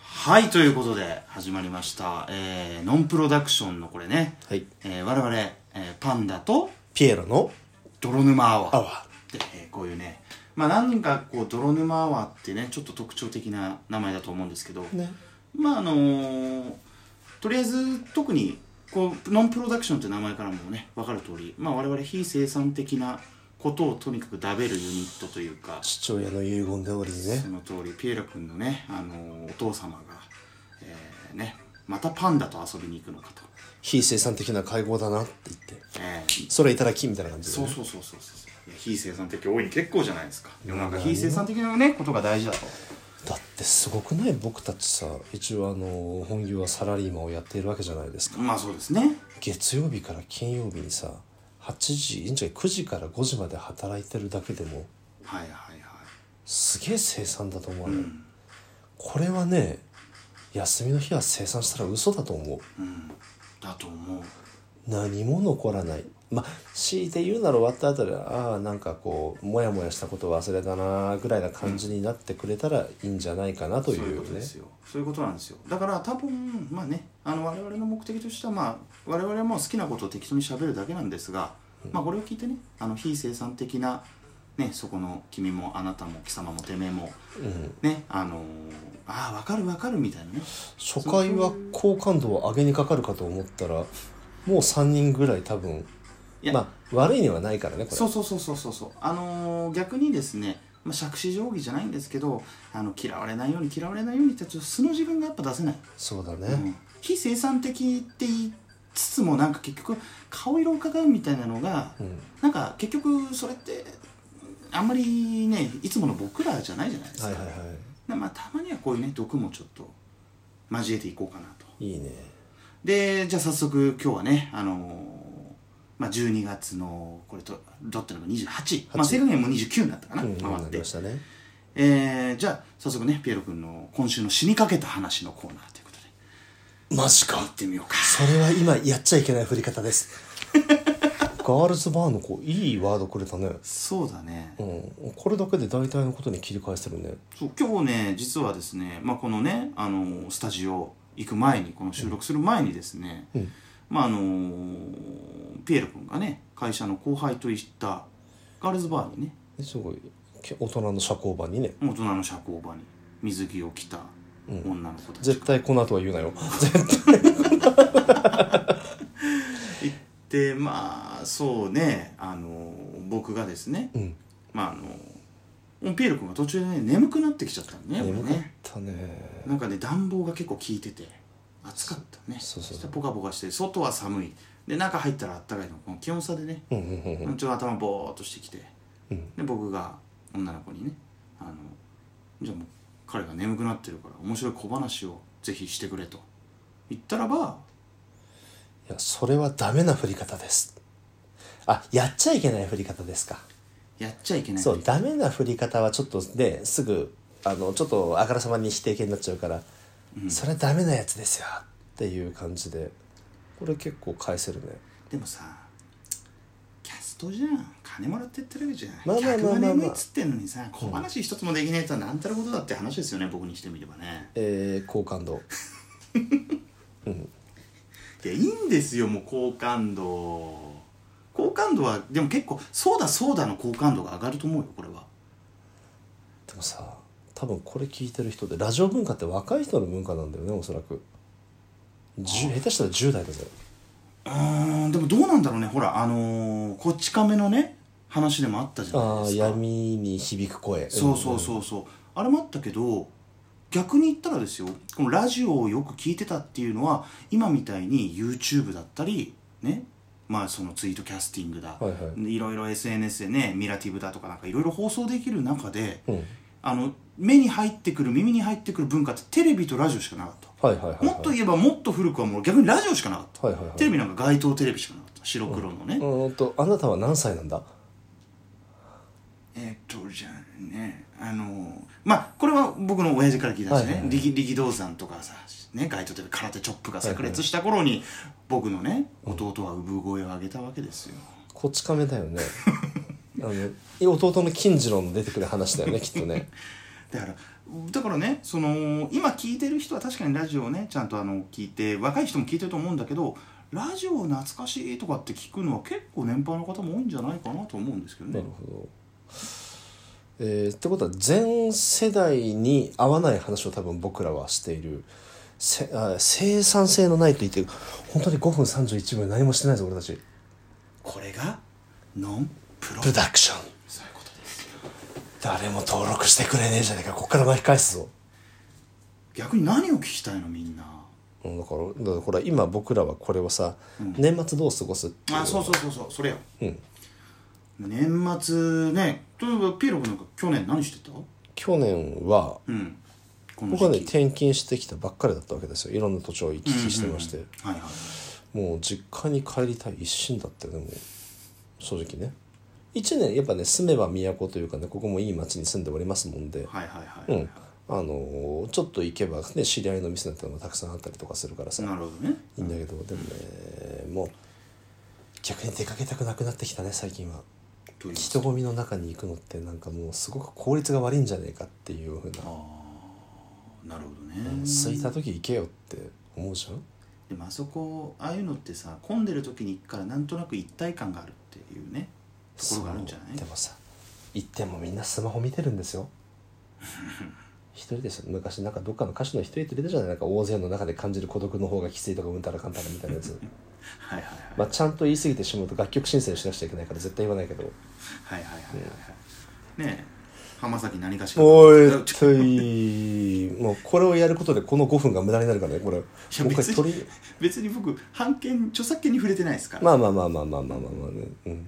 はい、ということで始まりました、えー、ノンプロダクションのこれね、はいえー我々、えーパンダとピエロの泥沼アワーアワーで、えーこういうね、まあ、なんかこう泥沼アワーってねちょっと特徴的な名前だと思うんですけど、ねまああのーとりあえず特にこうノンプロダクションって名前からもね分かる通り、まあ、我々非生産的なことをとにかく食べるユニットというか父親の遺言通りにねその通りピエロ君のね、あのーお父様が、えーねまたパンダと遊びに行くのかと、非生産的な会合だなって言ってえーそれいただきみたいな感じで、そうね、そうそうそうそういや非生産的多いに結構じゃないですか世の中非生産的なねことが大事だとだってすごくない僕たちさ一応あの本業はサラリーマンをやっているわけじゃないですかまあそうですね月曜日から金曜日にさ8時んじゃ9時から5時まで働いてるだけでもはいはいはすげえ生産だと思わない、これはね休みの日は生産したら嘘だと思ういうんだと思う何も残らないまあ強いて言うなら終わったあたりはああなんかこうモヤモヤしたこと忘れたなぐらいな感じになってくれたらいいんじゃないかなといそういううことねですよそういうことなんですよだから多分まあねあの我々の目的としてはまあ我々はもう好きなことを適当にしゃべるだけなんですが、まあこれを聞いてねあの非生産的なねそこの君もあなたも貴様もてめえもうん、ねあのーああ分かる分かるみたいなね初回は好感度を上げにかかるかと思ったらもう3人ぐらい多分いやまあ悪いにはないからねこれそうそうそうそうそうそうあのー逆にですねまあ、杓子定規じゃないんですけどあの嫌われないように嫌われないようにってちょっと素の自分がやっぱ出せない、そうだうね、ん非生産的って言いつつもなんか結局顔色を伺うみたいなのが、うんなんか結局それってあんまりねいつもの僕らじゃないじゃないですか、はいはいはなまあ、たまにはこういうね毒もちょっと交えていこうかなといいいねでじゃあ早速今日はねあのーまあ、12月のこれとドットの28、まあ、 8正確にはもう29になったかな、うん回なっりてまし、たねえーじゃあ早速ねピエロ君の今週の死にかけた話のコーナーということでマジか行ってみようかそれは今やっちゃいけない振り方です ガールズバーの子いいワードくれたねそうだね、うん、これだけで大体のことに切り返せるねそう今日ね実はですね、まあ、このね、あのースタジオ行く前にこの収録する前にですね、うんまああのーピエロ君がね会社の後輩と行ったガールズバーにねすごいけ大人の社交場にね大人の社交場に水着を着た女の子たち絶対この後は言うなよ絶対行ってまあそうねあの僕がですね、うんまああのもうピエロ君が途中でね眠くなってきちゃったのね眠俺かっねたねなんかね暖房が結構効いてて暑かったねそうそうそうしてポカポカして外は寒いで中入ったらあったかいのこの気温差でね、うんうんうんうんちょっと頭ボーっとしてきて、うんで僕が女の子にねあのじゃあもう彼が眠くなってるから面白い小話をぜひしてくれと言ったらばいやそれはダメな振り方ですあやっちゃいけない振り方ですかやっちゃいけないそうダメな振り方はちょっとねすぐあのちょっとあからさまに否定形になっちゃうから、それはダメなやつですよっていう感じでこれ結構返せるねでもさキャストじゃん金もらってやってるわけじゃん、まあまあまあまあまあ客が眠いっつってんのにさ小話一つもできねえとはなんたることだって話ですよね僕にしてみればねえー、好感度いやいいんですよもう好感度好感度はでも結構そうだそうだの好感度が上がると思うよこれはでもさ多分これ聞いてる人でラジオ文化って若い人の文化なんだよねおそらくじゅ下手したら10代だぜうーんでもどうなんだろうねほらあのーこっち亀のね話でもあったじゃないああですか闇に響く声そうそうそうそう、あれもあったけど逆に言ったらですよこのラジオをよく聞いてたっていうのは今みたいに YouTube だったりねまあそのツイートキャスティングだ、はいはいいろいろ SNS でねミラティブだとかなんかいろいろ放送できる中で、うん、うんあの目に入ってくる耳に入ってくる文化ってテレビとラジオしかなかった、はいはいはいはいもっと言えばもっと古くはもう逆にラジオしかなかった、はいはいはいテレビなんか街頭テレビしかなかった白黒のね、うーんとあなたは何歳なんだえっとじゃあねあのまあこれは僕の親父から聞いたんですね、はいはいはい力力道山とかさ、ね、街頭テレビ空手チョップが炸裂した頃に僕のね弟は産声を上げたわけですよ、こち 亀だよねあの弟の金次郎の出てくる話だよねきっとねだからだからねその今聞いてる人は確かにラジオをねちゃんとあの聞いて若い人も聞いてると思うんだけどラジオ懐かしいとかって聞くのは結構年配の方も多いんじゃないかなと思うんですけどなねるほど。えーってことは全世代に合わない話を多分僕らはしているせあ生産性のないと言って本当に5分31秒何もしてないぞ俺たちこれがノンプロプロダクションそういうことです誰も登録してくれねえじゃねえかこっから巻き返すぞ、逆に何を聞きたいのみんなうん、だからだからほら今僕らはこれをさ、年末どう過ごすっていうあそうそうそうそうそれようん、年末ね例えばピーロ君なんか去年何してた去年はうんこ僕はね転勤してきたばっかりだったわけですよいろんな土地を行き来してまして、はいはいもう実家に帰りたい一心だったよねもう正直ね一年やっぱね住めば都というかねここもいい町に住んでおりますもんで、はいはいはうい、んあのーちょっと行けばね知り合いの店なんてのもたくさんあったりとかするからさ、なるほどねいいんだけどでもねもう逆に出かけたくなくなってきたね最近はという人混みの中に行くのってなんかもうすごく効率が悪いんじゃねえかっていうふうなああなるほどね、空いた時行けよって思うじゃんでもあそこああいうのってさ混んでる時に行くからなんとなく一体感があるっていうねところがあるんじゃないそうでもさ行ってもみんなスマホ見てるんですよ 一人ですよ昔なんかどっかの歌手の一人って出たじゃないなんか大勢の中で感じる孤独の方がきついとかうんたらかんたらみたいな やつはいはいはい、まあちゃんと言い過ぎてしまうと楽曲申請しなくちゃいけないから絶対言わないけどはいはいはいはいはいねえ浜崎何かしらおいちょといもうこれをやることでこの5分が無駄になるからねこれもいうや一別回取にり別に僕版権著作権に触れてないですから、まあまあまあまあまあまあまあまあねうん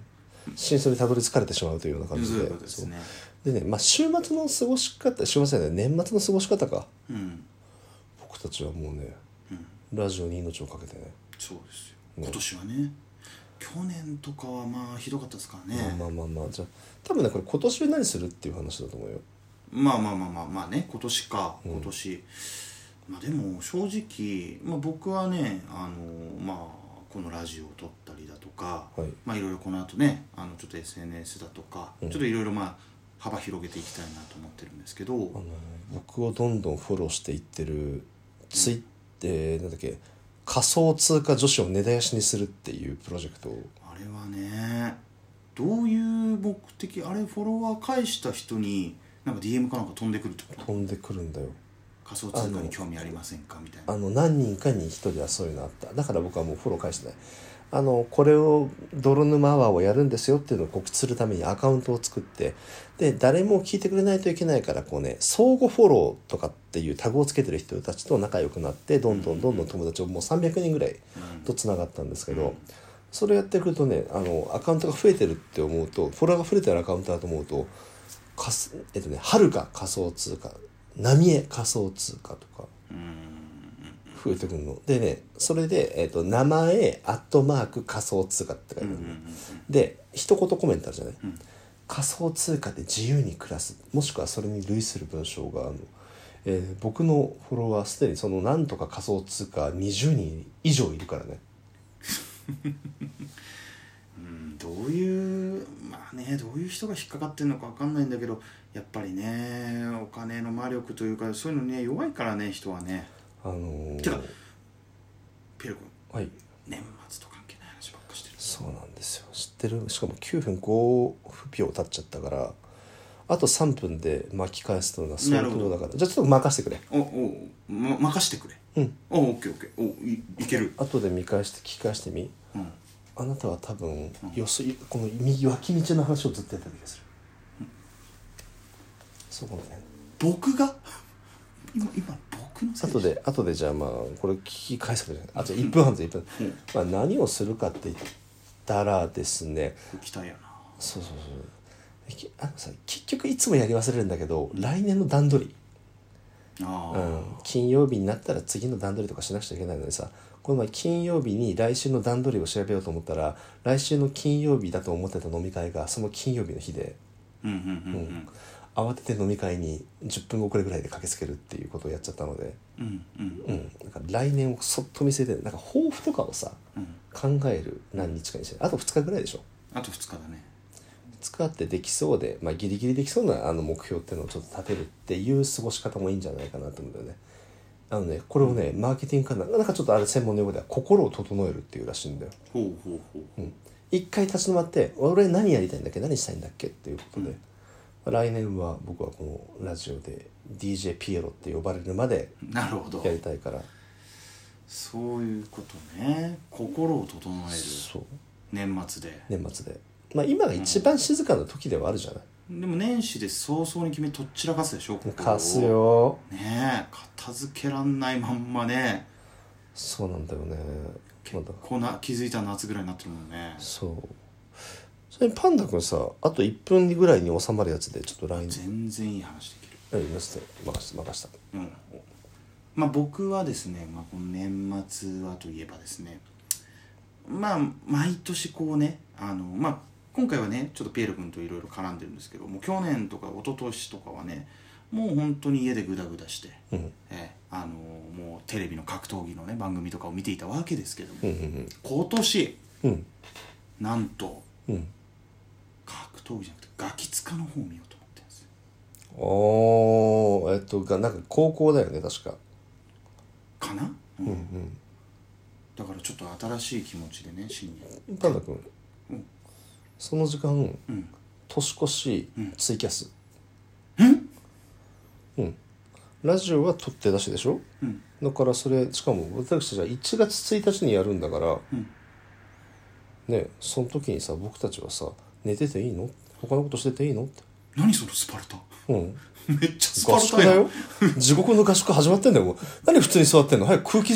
真相にたどり着かれてしまうというような感そうじいでうことですねそうでねまあ週末の過ごし方週末じゃない年末の過ごし方かうん僕たちはもうねうんラジオに命をかけてね、そうですよ今年はね去年とかはまあひどかったですからね、まあまあまあまあじゃあ多分ねこれ今年何するっていう話だと思うよまあまあまあまあまあね今年か今年、まあでも正直、まあ、僕はねあのまあこのラジオを撮ったりだとか、はいまあいろいろこの後ねあのちょっと SNS だとか、ちんょっといろいろまあ幅広げていきたいなと思ってるんですけど、あのね僕をどんどんフォローしていってるツイッえーなんだっけ仮想通貨女子を根絶やしにするっていうプロジェクトをあれはねどういう目的あれフォロワー返した人になんか DM かなんか飛んでくるってこと飛んでくるんだよ仮想通貨に興味ありませんかみたいなあの何人かに一人はそういうのあっただから僕はもうフォロー返してないあのこれを泥沼アワーをやるんですよっていうのを告知するためにアカウントを作ってで誰も聞いてくれないといけないからこうね相互フォローとかっていうタグをつけてる人たちと仲良くなってどんどんどんどん友達をもう300人ぐらいとつながったんですけどそれやってくるとねあのアカウントが増えてるって思うとフォロワーが増えてるアカウントだと思うとかすえっとねはるか仮想通貨浪江仮想通貨とか。増えてくるのでねそれで、えっと名前アットマーク仮想通貨って書いてある、で一言コメントあるじゃない、仮想通貨で自由に暮らすもしくはそれに類する文章があの、えー僕のフォロワーすでにそのなんとか仮想通貨20人以上いるからねうんどういうまあねどういう人が引っかかってるのかわかんないんだけどやっぱりねお金の魔力というかそういうのね弱いからね人はねあのーてかピエロ君はい年末と関係ない話ばっかしてるそうなんですよ知ってるしかも9分5秒経っちゃったからあと3分で巻き返すのが相当だからじゃあちょっと任せてくれおお、ま、任してくれうんおオッケーオッケーおいいける後で見返して聞き返してみうんあなたは多分よそこの右脇道の話をずっとやってた気がする、そうかもね僕が今今僕のせい後で後でじゃあまあこれ聞き返すわけじゃないあと1分半で1分、うんまあ、何をするかって言ったらですね期待やなそうそうそうきあのさ結局いつもやり忘れるんだけど来年の段取りあうあ、ん、金曜日になったら次の段取りとかしなくちゃいけないのでさこの前金曜日に来週の段取りを調べようと思ったら来週の金曜日だと思ってた飲み会がその金曜日の日で、うんうんうんううんん慌てて飲み会に10分遅れぐらいで駆けつけるっていうことをやっちゃったので、うんうんうん、なんか来年をそっと見据えてなんか抱負とかをさうん考える何日かにしてあと2日ぐらいでしょあと2日だね使ってできそうで、まあ、ギリギリできそうなあの目標っていうのをちょっと立てるっていう過ごし方もいいんじゃないかなと思うんだよね。あのねこれをねマーケティングかななんかちょっとあれ専門の用語では心を整えるっていうらしいんだよ。ほうほうほう、一回立ち止まって俺何やりたいんだっけ何したいんだっけっていうことで、来年は僕はこのラジオで DJ ピエロって呼ばれるまでなるほどやりたいからそういうことね心を整えるそう年末で年末でまあ今が一番静かな時ではあるじゃない、でも年始で早々に決めとっちらかすでしょ心を貸すよねえ片付けらんないまんまねそうなんだよねまだこうな気づいた夏ぐらいになってるもんねそうそれにパンダ君さあと1分ぐらいに収まるやつでちょっと LINE で全然いい話できるやりました任せた任せたうんまあ僕はですね、まあ、この年末はといえばですねまあ毎年こうねあのまあ今回はねちょっとピエール君といろいろ絡んでるんですけどもう去年とか一昨年とかはねもう本当に家でグダグダして、うんええあのもうテレビの格闘技のね番組とかを見ていたわけですけども、うんうん今年うんなんとうん格闘技じゃなくてガキ使の方を見ようと思ってるんですよおーえっとがなんか高校だよね確かかな、ううんんうんだからちょっと新しい気持ちでねシニアパンダ君、うんその時間うん年越しうんツイキャスうんラジオは取って出しでしょうんだからそれしかも私たちは1月1日にやるんだからうんねその時にさ僕たちはさ寝てていいの他のことしてていいのって何そのスパルタ うんめっちゃスパ合ル宿タだやんよ地獄の合宿始まってんだよもう何普通に座ってんの早く空気